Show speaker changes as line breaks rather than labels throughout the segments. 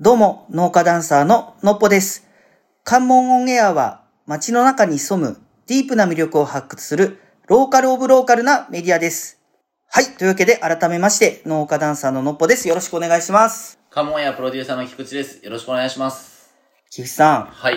どうも、農家ダンサーののっぽです。関門オンエアは街の中に潜むディープな魅力を発掘するローカルオブローカルなメディアです。はい。というわけで改めまして、農家ダンサーののっぽです。よろしくお願いします。
カモンやプロデューサーの菊池です。よろしくお願いします。
菊池さん、
はい。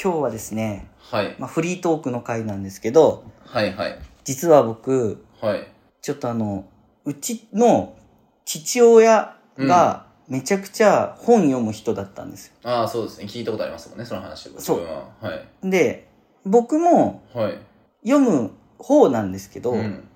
今日はですね、
はい。
まあ、フリートークの回なんですけど、
はいはい。
実は僕、
はい。
ちょっとあの、うちの父親がめちゃくちゃ本読む人だったんですよ。
ああ、そうですね。聞いたことありますもんね、その話僕
そう
は。はい。
で、僕も
はい。
読む方なんですけど、
うん。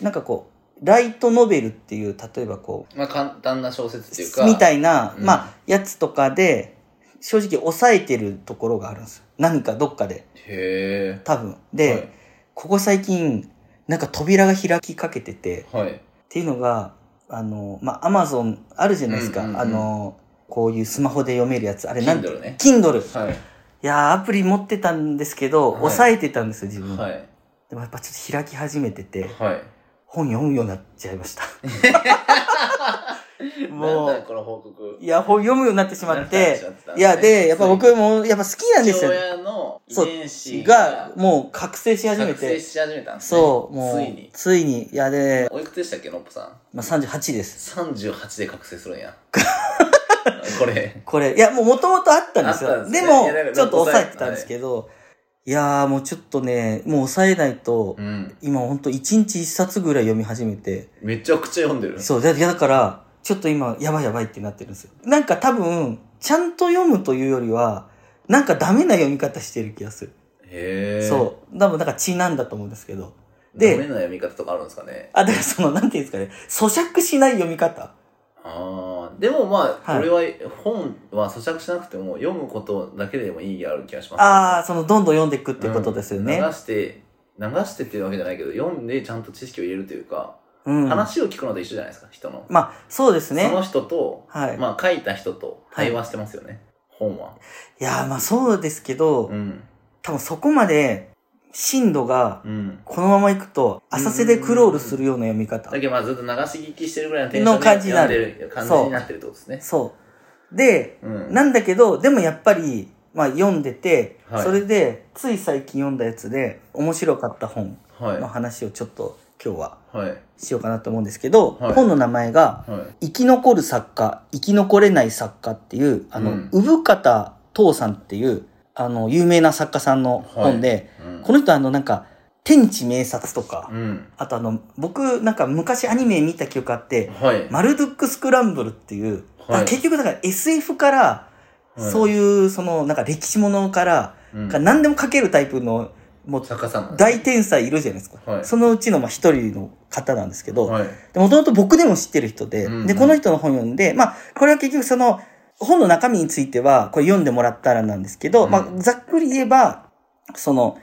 なんかこう、ライトノベルっていう、例えばこ
まあ、簡単な小説っていう
う、
か。
みた
い。
いな、
うん
まあ、やつとかで、正直抑えてるところがあるんですよ。何かどっかで、
へ
多分。
え。
で、ここ最近、なんか扉が開きかけてて、
はい。はい。
っていうのが、あの、まあ、アマゾンあるじゃないですか。
うんうんうん
あの、こういうスマホで読めるやつ。あれなんて
Kindle ね。
Kindle。い
はい。
やー、アプリ持ってたんですけど、
はい
抑えてたんですよ、自分。
はい。
でもやっぱちょっと開き始めてて、
はい。
本読むようになっちゃいました。も
なんだ
う、
この報告。
いや、本読むようになってしまって、、いや、で、やっぱ
な
僕も、やっぱ好きなん
ん
で
ですす
よ
よ。。親の遺伝子
が、もう覚醒し始め
覚醒
て。
し始めたんですね。
そう、もう、
ついに。
ついに。いや、で、
おいくつでしたっけ、のっぽさん。
まあ、38です。
38で覚醒する んや。これ。
これ、いや、もうもともとあったんです
あっ
よ。で
たんですね
も
いやだか、ら
ちょっと抑えてたんですけど、い、やーもうちょっとね、もう抑えないと、
うん。
今ほんと1日1冊ぐらい読み始めて、
めちゃくちゃ読んでる。
そう、だいやだから、ちょっと今、やばいやばいってなってるんですよ。なんか多分、ちゃんと読むというよりは、なんかダメな読み方してる気がする。
へえ。
そう。多分、なんか血なんだと思うんですけど。で
で、ダメな読み方とかあるんですかね。
あ、だからその、なんていうんですかね、咀嚼しない読み方。
ああ、でもまあ、
はい
これは本は咀嚼しなくても読むことだけでも意義ある気がします。
あ
あ、
あ、その、どんどん読んでいくってことですよね
流。して、流してっていうわけじゃないけど、読んでちゃんと知識を入れるというか、
うん。
話を聞くのと一緒じゃないですか、人の。
まあ、そうですね
そ。の人と、
はい。
まあ書いた人と対話してますよね、本は。
いやーまあそうですけど、
うん。
多分そこまで、深度が、
うん。
このままいくと、浅瀬でクロールするような読み方
だ。けどまあずっと流し聞きしてるぐらいのテンション
の
で
感じにな
読ん
る
でる感じになってるってことですね。
そう。で、
うん。
なんだけど、でもやっぱり、まあ読んでて、
はい
それで、つい最近読んだやつで、面白かった本
はい。
の
は。
話をちょっと今日はいしようかなと思うんですけど、
はい
本の名前が、
はい。
生き残る作家、生き残れない作家っていう、あの、
うん
産方父さんっていう、あの、有名な作家さんの本で、
うん
この人あのなんか、天地名察とか、
うん。
あとあの、僕なんか昔アニメ見た記憶あって、
はい。
マルドゥックスクランブルっていう、だから
はい
結局だから SF から、そう
い
いうそのなんか歴史ものから、
う、うん
が何でも書けるタイプの、もう
作家さんなんですね
大天才いるじゃないですか。
はい
そのうちのまあ一人の方なんですけど、
はい。
もともと僕でも知ってる人で、
うんうん
で、この人の本読んで、まあ、これは結局その、本の中身については、これ読んでもらったらなんですけど、
うん
まあ、ざっくり言えば、その、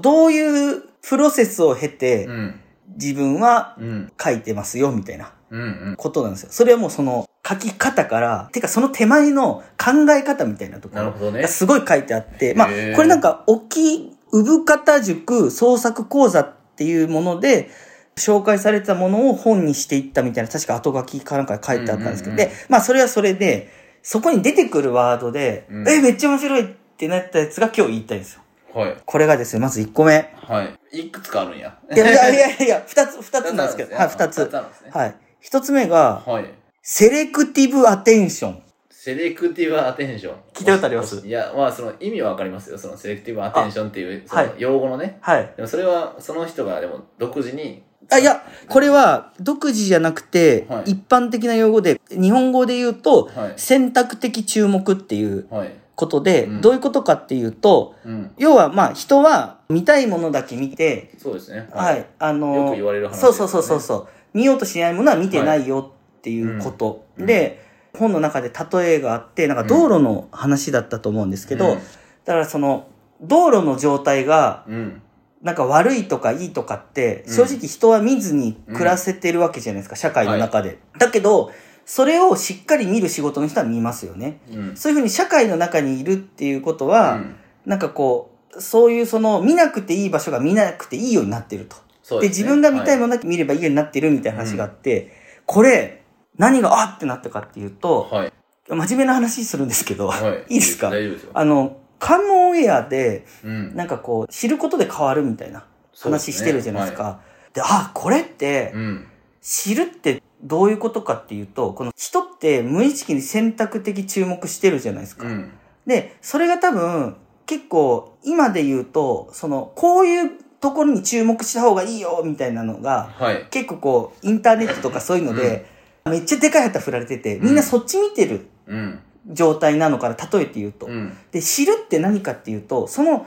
どういうプロセスを経て
う、ん。
自分は
うん。
書いてますよ、みたいな
うん。うん。
ことなんですよ。それはもうその、書き方から、てかその手前の考え方みたいなとこ
なる
ろ
ほどね
が。すごい書いてあって、まあ、
へー
これなんか、大きい、産方塾創作講座っていうもので、紹介されてたものを本にしていったみたいな、確か後書きかなんか書いてあったんですけど、
うんうんうん
で、まあそれはそれで、そこに出てくるワードで、
うん
え、めっちゃ面白いってなったやつが今日言いたいんですよ。
はい。
これがですね、まず1個目。
はい。いくつかあるんや。
いやいやいやいや、2つ、二つなんですけど、
ね
はい、2つ。
あるんですね。
はい。1つ目が、
はい。
セレクティブアテンション。
セレクティブアテンション。
聞いたことあります
いや、まあ、その意味はわかりますよ。そのセレクティブアテンションっていう、そ
はい
の用語のね。
はい。
でもそれは、その人が、でも、独自に。
あ、いや、これは独自じゃなくて、
はい
一般的な用語で、日本語で言うと、
はい。
選択的注目っていう
はい。
ことで、
うん
どういうことかっていうと、
うん。
要はまあ人は見たいものだけ見て、
そうですね。
はい、。あの
よく言われる話です
そ
よ
う
ね
そうそうそうそう。見ようとしないものは見てないよっていうこと。
はいうん
で、本の中で例えがあって、なんか道路の話だったと思うんですけど、だからその、道路の状態が、
うん。うん。
なんか悪いとかいいとかって、
うん
正直人は見ずに暮らせてるわけじゃないですか、社会の中で。だけど、それをしっかり見る仕事の人は見ますよね。
うん
そういうふうに社会の中にいるっていうことは、
うん
なんかこう、そういうその見なくていい場所が見なくていいようになってると。
そう
で、
で
自
すね
分が見たい
は
ものだけ見ればいいようになってるみたいな話があって、これ、何があってなったかっていうと、
はい
真面目な話するんですけど、
は い
いいですか
大丈夫ですよ
あの、関門オンエアで、
うん
なんかこう、知ることで変わるみたいな
そうで
話
すね
してるじゃないですか。
は
で、あ、これって
い、うん
知るってどういうことかっていうと、この人って無意識に選択的注目してるじゃないですか。
うん
で、それが多分、結構、今で言うと、その、こういうところに注目した方がいいよ、みたいなのが、
はい
結構こう、インターネットとかそういうので、めっちゃでかい旗振られてて、みんなそっち見てる
うん
状態なのから、例えて言うと。
うん
で、知るって何かっていうと、その、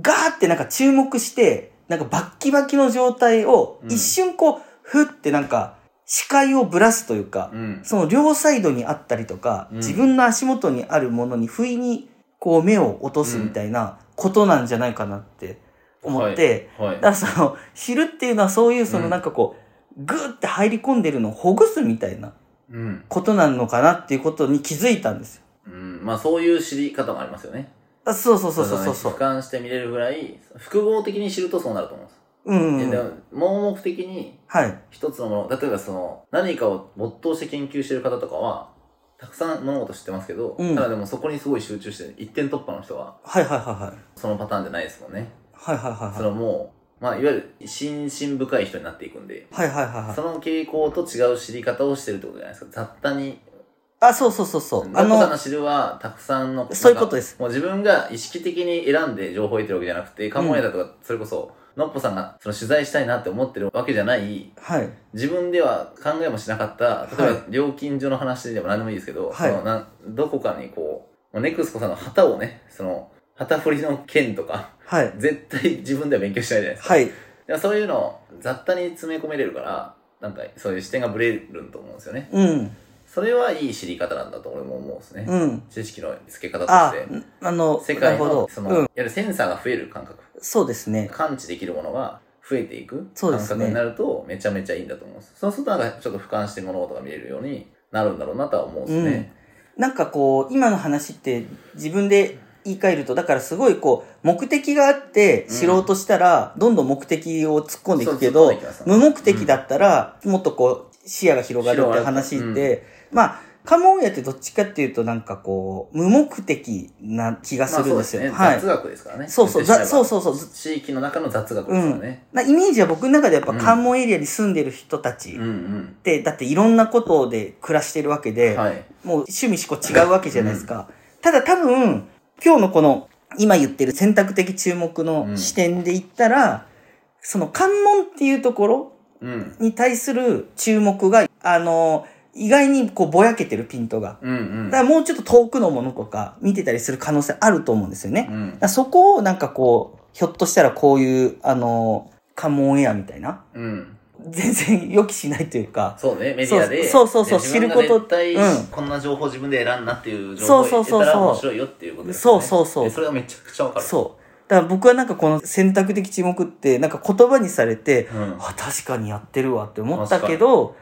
ガーってなんか注目して、なんかバッキバキの状態を
う、ん
一瞬こう、ふってなんか、視界をぶらすというか、
うん
その両サイドにあったりとか、
うん
自分の足元にあるものに不意にこう目を落とすみたいなことなんじゃないかなって思って、
はい
だからその知るっていうのはそういうその
うん
なんかこう、グーって入り込んでるのをほぐすみたいな
うん
ことなのかなっていうことに気づいたんですよ。
うんまあそういう知り方もありますよね
あそうそうそうそうそう
俯瞰して見れるぐらい複合的に知るとそうなると思うんです
うん、う
でで
ん。
も盲目的に
はい。
一つのもの例えばその何かを没頭して研究してる方とかはたくさん物事知ってますけど、
うん
ただでもそこにすごい集中して一点突破の人は
はいはいはいはい。
そのパターンじゃないですもんね、
はいはいはい
そ
はい。
のもう、まあ、いわゆる心身深い人になっていくんで、
はいはいはいはい
そ。の傾向と違う知り方をしてるってことじゃないですか雑多に
あ、そうそうそうそう。あ
雑多
の、
な知るはたくさんの
そういうことです
もう自分が意識的に選んで情報を得てるわけじゃなくてカモエだとかそれこそのっぽさんがその取材したいなって思ってるわけじゃない
はい。
自分では考えもしなかった、例え
はい
ば料金所の話でも何でもいいですけど、
はい
そのなどこかにこう、もうネクスコさんの旗をね、その、旗振りの剣とか、
はい。
絶対自分では勉強しないじゃないですか。
はい。
だからそういうのを雑多に詰め込めれるから、なんかそういう視点がブレると思うんですよね。
うん。
それはいい知り方なんだと俺も思うんですね。
うん。
知識の付け方
あ
として。、
あの、な
世
る
界
ほど
の、その、いわゆるセンサーが増える感覚。
そうですね。
感知できるものが増えていく
そう
感
ですね
覚になるとめちゃめちゃいいんだと思うんですそうするとなんかちょっと俯瞰して物事が見れるようになるんだろうなとは思うんですね、
なんかこう、今の話って自分で言い換えると、だからすごいこう、目的があって知ろうとしたら、どんどん目的を突っ込んでいくけど、
そう突っ込んでいきますね
無目的だったら、もっとこう、視野が広がるって話
広
っ
がる
て、まあ、カモンやってどっちかっていうとなんかこう、無目的な気がす
まあ
る
そ
んで
うですす
よ。
ね、
はい
雑。学ですからね
そうそう、
言って
ざ
し
そう
ま
そうそう。
えば地域の中の雑学ですよね、
なイメージは僕の中でやっぱ関門エリアに住んでる人たち
うん、うん
って、だっていろんなことで暮らしてるわけで、
はい
もう趣味思考違うわけじゃないですか。ただ多分、今日のこの、今言ってる選択的注目の視点で言ったら、その関門っていうところ
うん
に対する注目が、あの、意外にこうぼやけてるピントが。
うんうん
だからもうちょっと遠くのものとか見てたりする可能性あると思うんですよね。
う
だ
ん
からそこをなんかこう、ひょっとしたらこういう、あの、関門オンエアみたいな、
うん
全然予期しないというか、
そうねメディアで
そうそうそう
で
そう
自分が
知ること
絶対、
うん
こんな情報自分で選んだっていう情報
そうそうそうそ
を得
う
たら面白いよっていうことですよね
そうそうそう
でそれはめちゃくちゃわかる
そう。だから僕はなんかこの選択的注目って、なんか言葉にされて、
うん
あ、確かにやってるわって思ったけど、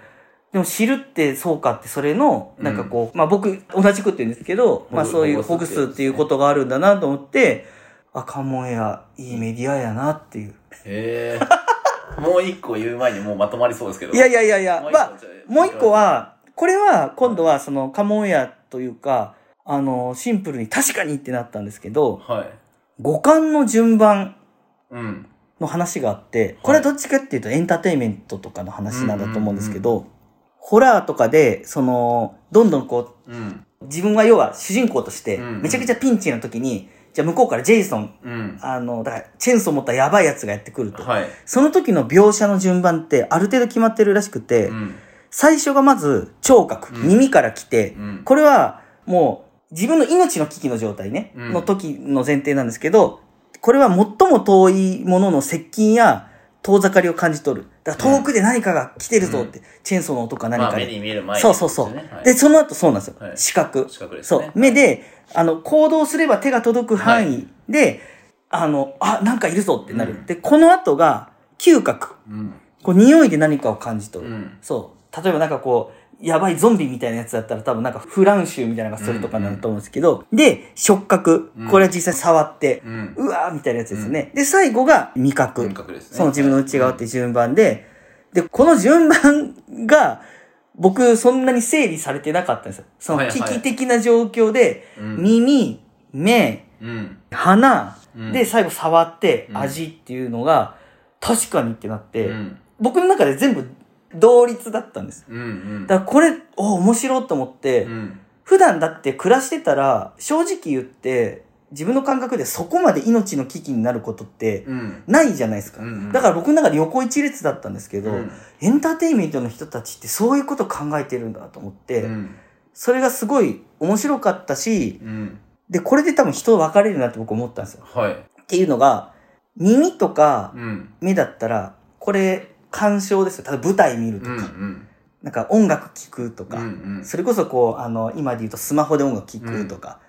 でも知るってそうかって、それの、
うん
なんかこう、まあ僕、同じこと言うんですけど、まあ
ほぐ
そういうほ
ほ
ぐ
ぐ
す
す
っ
ってて
い
いう
うことがあるんだなと思って、あ、関門エア、いいメディアやなっていう。
へえもう一個言う前にもうまとまりそうですけど
いやいやいやいや、
もう一個
まあ、
じゃあ
もう一個は、これは今度はそのカモンエアというか、あの、シンプルに確かにってなったんですけど、
はい。
五感の順番
うん。
の話があって、これはどっちかっていうとエンターテインメントとかの話なんだと思うんですけど、ホラーとかで、その、どんどんこ
うん。
う、自分は要は主人公として、
うんうん
めちゃくちゃピンチの時に、じゃあ向こうからジェイソン、
うん。
あの、だからチェーンソー持ったやばいやつがやってくると。
はい。
その時の描写の順番ってある程度決まってるらしくて、
うん。
最初がまず聴覚、
うん
耳から来て、
うん。
これはもう自分の命の危機の状態ね、
うん
の時の前提なんですけど、これは最も遠いものの接近や遠ざかりを感じ取る。だから遠くで何かが来てるぞって、チェーンソーの音か何
まあ、
か
目
で。
に見える前
そうそうそう。
ですよねはい
で、その後そうなんですよ。
はい
視覚。
近くです
そ
ね。
う。目で、あの、行動すれば手が届く範囲で、あの、あ、なんかいるぞってなる。
うん
で、この後が嗅覚。
うん。
こう匂いで何かを感じ取
う
る。
ん。
そう。例えばなんかこう、やばいゾンビみたいなやつだったら多分なんかフランシューみたいなのがするとかなると思うんですけど、で、触覚
うん。
これは実際触って、
うん。
うわーみたいなやつですね。で、最後が味覚。
感覚ですね。
その自分の内側って順番で、で、この順番が、僕、そんなに整理されてなかったんですよ。そ
はい
の
はい
危機的な状況で、
うん、
耳、目、
うん。
鼻、
うん
で、、最後触って
う、ん
味っていうのが、確かにってなっ
う
て、
ん。
僕の中で全部同率だったんです。
うん。うん。
だからこれ、お、面白いと思って、
うん。
普段だって暮らしてたら、正直言って、自分の感覚でそこまで命の危機になることって、
うん。
ないじゃないですか。
うん
だから僕の中で横一列だったんですけど、
うん
エンターテインメントの人たちってそういうこと考えてるんだと思って、
うん。
それがすごい面白かったし、
うん。
で、これで多分人分かれるなって僕思ったんですよ。
はい。
っていうのが、耳とか
うん。
目だったら、これ、鑑賞ですよ。ただ舞台見ると
う
か、
ん。うん。
なんか音楽聴くとか、
うん。
それこそこう、あの、今で言うとスマホで音楽聴くとか、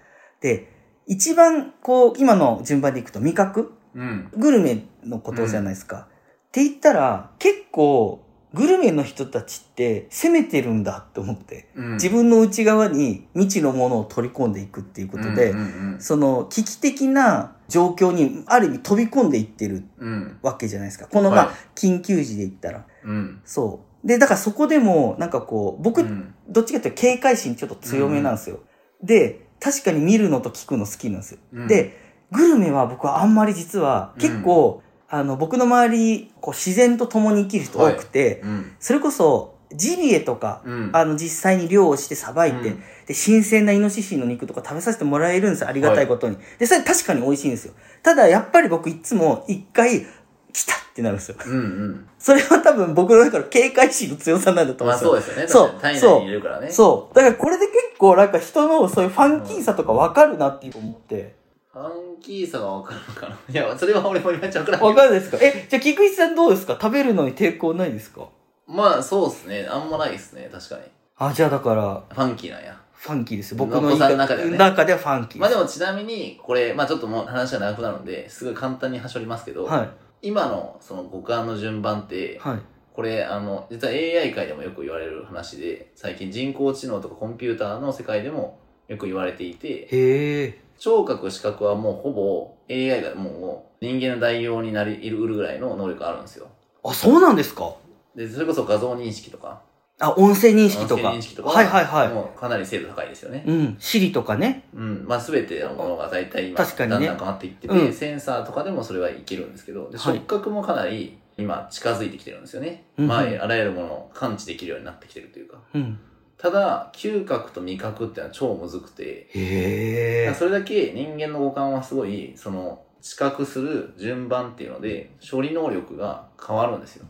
で、一番こう、今の順番でいくと味覚
うん。
グルメのことじゃないですか。って言ったら、結構、グルメの人たちって攻めてるんだって思って、
うん。
自分の内側に未知のものを取り込んでいくっていうことで、
うん。うん
その危機的な状況にある意味飛び込んでいってる
うん。
わけじゃないですか。このまあ、
はい
緊急時で言ったら。
うん。
そう。で、だからそこでも、なんかこう、僕、
うん
どっちかっていうと警戒心ちょっと強めなんですよ。で、確かに見るのと聞くの好きなんですよ。
うん
で、グルメは僕はあんまり実は
うん
結構、あの、僕の周り、こう自然と共に生きる人多くて、
うん。
それこそジビエとか、
うん。
あの、実際に漁をしてさばいて、
うん
で、新鮮なイノシシの肉とか食べさせてもらえるんですよ。ありがたいことに。で、それ確かに美味しいんですよ。ただ、やっぱり僕いつも一回、来たってなるんですよ。
うん。うん。
それは多分僕の中の警戒心の強さなんだと思
ま
うん
あ
ですよ
そう。ですよ
そう
ね。確かに体内にいるからね。
そう。だからこれで結構なんか人のそういうファンキーさとかわかるなって思って。
ファンキーさがわかるのかな。いや、それは俺も今ちゃくら
わかるんですかえ、じゃあ菊池さんどうですか食べるのに抵抗ないですか
まあ、そうっすね。あんまないっすね。確かに。
あ、じゃあだから、
ファンキーなんや。
ファンキーですよ。僕の
お子さんの中ではね
中ではファンキー
まあ
す。
でもちなみに、これ、まあちょっともう話が長くなるので、すごい簡単に端折りますけど、
はい。
今のその五感の順番って、
はい。
これあの、実は AI 界でもよく言われる話で、最近人工知能とかコンピューターの世界でもよく言われていて、
へえ。
聴覚視覚はもうほぼ AI がもう人間の代用になりうるぐらいの能力があるんですよ。
あ、そうなんですか
で、それこそ画像認識とか、
あ、音声認識とか。
音声認識とか
はいはいは
もうかなり精度高いですよね
い。。うん。シリとかね。
うん、まあ全てのものが大体今、
確かにね
だんだん変わっていってて、
うん
センサーとかでもそれはいけるんですけど、で
はい
触覚もかなり今近づいてきてるんですよね。
うんうん
まああらゆるものを感知できるようになってきてるというか。
うん。
ただ、嗅覚と味覚ってのは超むずくて、
へえ。
それだけ人間の五感はすごい、その、知覚する順番っていうので、処理能力が変わるんですよ。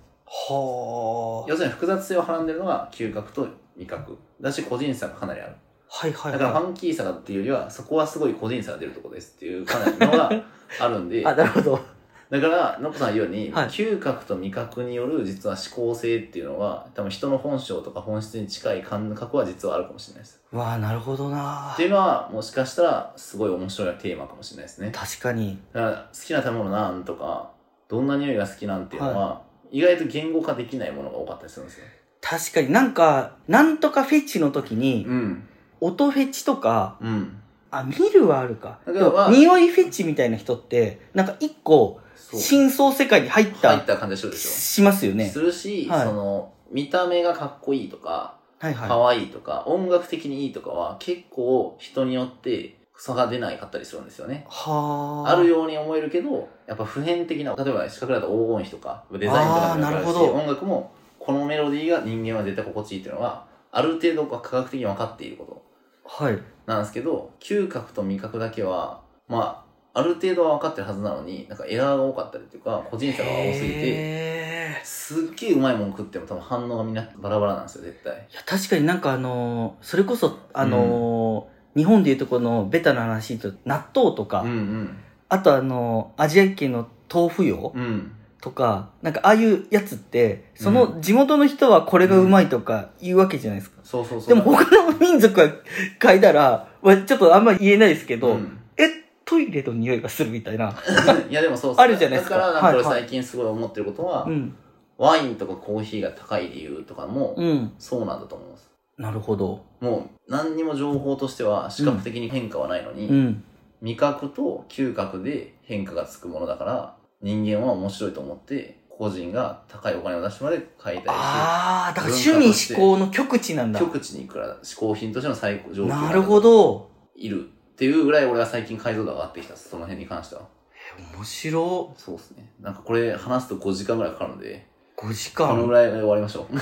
はあ。
要するに複雑性をはらんでるのが嗅覚と味覚。だし、個人差がかなりある。
はいはい
だからフ
は
ァンキーさがっていうよりは、そこはすごい個人差が出るとこですっていうかなりのがあるんで、
い。あ、なるほど。
だから、ノッポさんが言うように、
はい
嗅覚と味覚による実は思考性っていうのは、多分人の本性とか本質に近い感覚は実はあるかもしれないです。
わあ、なるほどな
っていうのは、もしかしたらすごい面白いテーマかもしれないですね。
確かに。
だから、好きな食べ物なんとか、どんな匂いが好きなんっていうのは、意外と言語化できないものが多かったりするんですよ。
確かになんか、なんとかフェチの時に、
うん。
音フェチとか、
うん。
あ、見るはあるか。
だからまあ
でも匂いフェチみたいな人って、なんか一個、
そう。
真相世界に入っ、
入ったた感じがするでしょ。
しますよね
す。るし、
はい
その見た目がかっこいいとか
はいは
可愛いとか、音楽的にいいとかは結構人によって差が出ないかったりするんですよね
い。。はあ。
あるように思えるけどやっぱ普遍的な例えば視覚だと黄金比とかデザインとかでも
あーなる
る
ほ
し
ど
音楽もこのメロディーが人間は絶対心地いいっていうのはある程度科学的に分かっていること
はい。
なんですけど嗅覚と味覚だけはまあある程度は分かってるはずなのになんかエラーが多かったりっていうか個人差が多すぎて
へー
すっげえうまいもん食っても多分反応がみんなバラバラなんですよ絶対
いや、確かになんかあのーそれこそ、あのー日本でいうとこのベタな話と、納豆とか、
うんうん
あとあのーアジア系の豆腐よ
うん
とか、なんかああいうやつって、そうの地元の人はこれがうまいとか言うわけじゃないですか。
そうそうそう
でも他の民族が嗅いだら、まあちょっとあんまり言えないですけど、
うん
え、トイレの匂いがするみたいな。
いやでもそう
あるじゃないですか
だからなんか俺
はいはい
最近すごい思ってることは、
うん。
ワインとかコーヒーが高い理由とかも
うん。
そうなんだと思うんです
なるほど。
もう何にも情報としては視覚的に変化はないのに、
うん。
味覚と嗅覚で変化がつくものだから人間は面白いと思って個人が高いお金を出してまで買いたいし
ああ、だから趣味思考の極致なんだ。
極地にいくら嗜好品としての最高上級
なるほど。
いるっていうぐらい俺は最近解像度が上がってきたその辺に関しては
面白。
そうですねなんかこれ話すと5時間ぐらいかかるんで
5時
このぐ
間。
らいで終わりましょう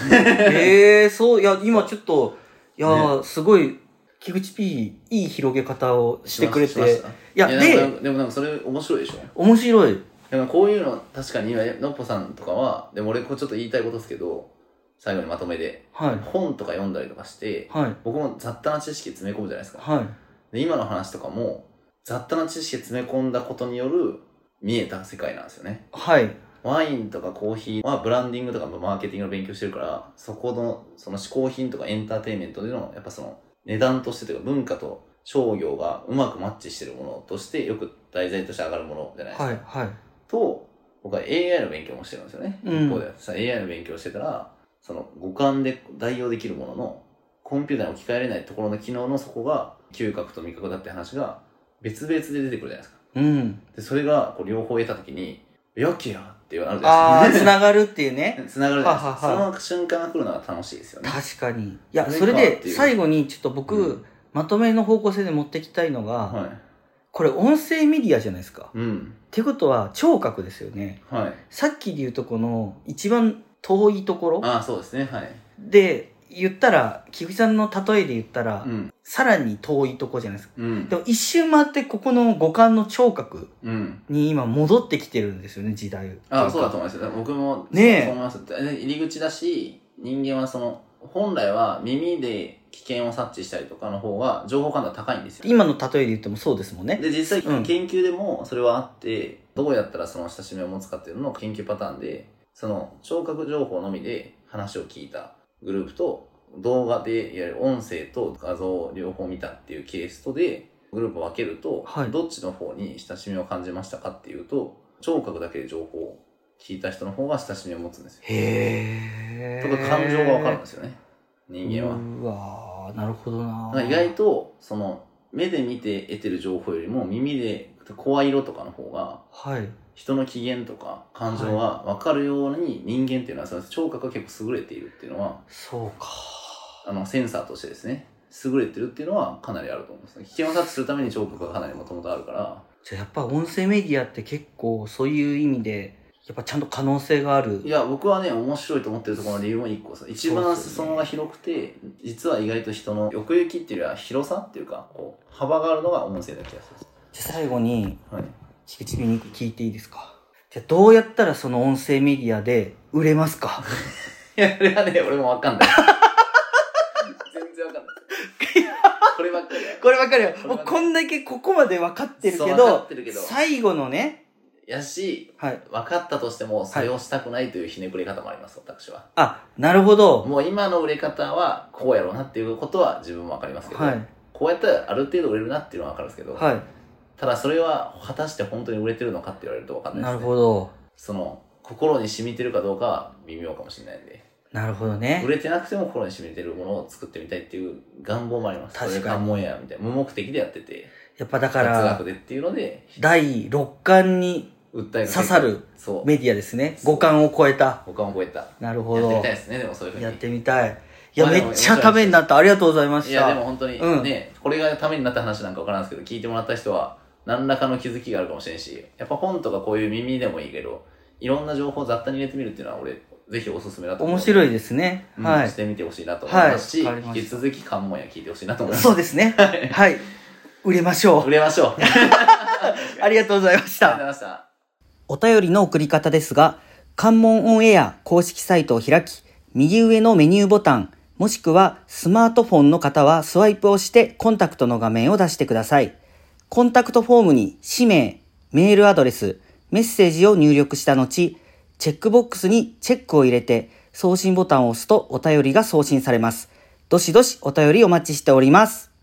ええー、そう、いや、今ちょっと、いやー、すごい、菊池 P、いい広げ方をしてくれ。
しましてた
いや、
いやで
で、
もでもなんかそれ面白いでしょ
面白い。
でもこういうの確かに今のっぽさんとかはでも俺こうちょっと言いたいことですけど最後にまとめで
はい。
本とか読んだりとかして
はい。
僕も雑多な知識詰め込むじゃないですか
はい。
で今の話とかも雑多な知識詰め込んだことによる見えた世界なんですよね
はい。
ワインとかコーヒーはブランディングとかマーケティングの勉強してるからそこのその嗜好品とかエンターテインメントでのやっぱその値段としてというか文化と商業がうまくマッチしてるものとしてよく題材として上がるものじゃないですか、
はい。はい。
と僕は AI の勉強もしてるんですよね、
うん
一方でさ AI の勉強してたらその五感で代用できるもののコンピューターに置き換えれないところの機能の底が嗅覚と味覚だって話が別々で出てくるじゃないですか
うん。
でそれがこう両方得た時に「よきや!」ってなるじゃ
あ
な
あ、
いです
つ
か
ながるっていうね。
つながるじゃないですか
ははは
その瞬間が来るのが楽しいですよね
確かに。いや、そ
そ
れ
れかっ
で
ていう
最後にちょっと僕、
うん
まとめの方向性で持ってきたいのが、
はい
これ音声メディアじゃないですか。っ
うん
ていうことは聴覚ですよね。
はい
さっきで言うとこの一番遠いところ
ああそうですねはい
で言ったら、菊池さんの例えで言ったら、
うん
さらに遠いとこじゃないですか。
うん
でも一周回ってここの五感の聴覚
うん
に今戻ってきてるんですよね、時代。
あそうだと思いますよ僕も
ねえ
そう思いますで入り口だし人間はその本来は耳で危険を察知したりとかの方が情報感度は高いんですよ
今の例えで言ってもそうですもんね。
で実際
うん
研究でもそれはあって、どうやったらその親しみを持つかっていうのの研究パターンでその聴覚情報のみで話を聞いたグループと動画でいわゆる音声と画像を両方見たっていうケースとでグループを分けると、
はい
どっちの方に親しみを感じましたかっていうと聴覚だけで情報を聞いた人の方が親しみを持つんですよ。
へ
と
ー。
か感情が分かるんですよね人間は。
うわーなるほどな
なんか意外とその目で見て得てる情報よりも耳で声色とかの方が
はい
人の機嫌とか感情が分かるように人間っていうのはその聴覚が結構優れているっていうのは
そうか
あのセンサーとしてですね優れてるっていうのはかなりあると思うんですね危険を察知するために聴覚がかなりもともとあるから
じゃあやっぱ音声メディアって結構そういう意味でやっぱちゃんと可能性がある
いや僕はね面白いと思ってるところの理由も一個さ一
そう
番
ですよ
裾
ね
野が広くて実は意外と人の奥行きっていうよりは広さっていうかこう幅があるのが音声の気がする
じゃあ最後に
はい
菊池に聞いていいですかじゃあどうやったらその音声メディアで売れますか
いや、これはね、俺もわかん ない。全然わかんない。こればっかりだよ
これわかるよ
これ
もう
わかる
こんだけここまで分かってるけ
そうわか
ど
ってるけど
最後のね
やし、
はい
分かったとしても、それをしたくないというひねくれ方もあります、私は。
あなるほど
もう今の売れ方は、こうやろうなっていうことは自分もわかりますけど、
はい
こうやったらある程度売れるなっていうのはわかるんですけど、
は
ただそれは果たして本当に売れてるのかって言われるとわかん
い
ない
な
です、ね。
るほど
その、心に染みてるかどうかは微妙かもしれないんで、
なるほど
売
ね
れてなくても心に染みてるものを作ってみたいっていう願望もあります。
確かに
それが関門やみたいな、無目的でやってて。
やっぱだか
雑
ら
学でっていうので
第六感に
訴えかけ
刺
て
さる
そう
メディアですね。
そう
五感を超えた。
他も超えたや
なるほ
ってみ
ど
たい。ですねでもそういうふうに
やってみたい。いや、
まあ
め
でも
っちゃためになった。ありがとうございました。
いやでも本当に
うん
ね、これがためになった話なんかわからんすけど聞いてもらった人は何らかの気づきがあるかもしれんしやっぱ本とかこういう耳でもいいけどいろんな情報を雑多に入れてみるっていうのは俺ぜひおすすめだと思う
面白
い、
いですね。
うん
は
し
い。
てみてほしいなと思います
は
し,、
いわかりました
引き続き関門や聞いてほしいなと思います
そうですね。はい。売れましょ
売れましょうありがと
う。ありがと
う
うございまし
ござ
た
い。ました
お便りの送り方ですが、関門オンエア公式サイトを開き、右上のメニューボタン、もしくはスマートフォンの方はスワイプをしてコンタクトの画面を出してください。コンタクトフォームに氏名、メールアドレス、メッセージを入力した後、チェックボックスにチェックを入れて送信ボタンを押すとお便りが送信されます。どしどしお便りお待ちしております。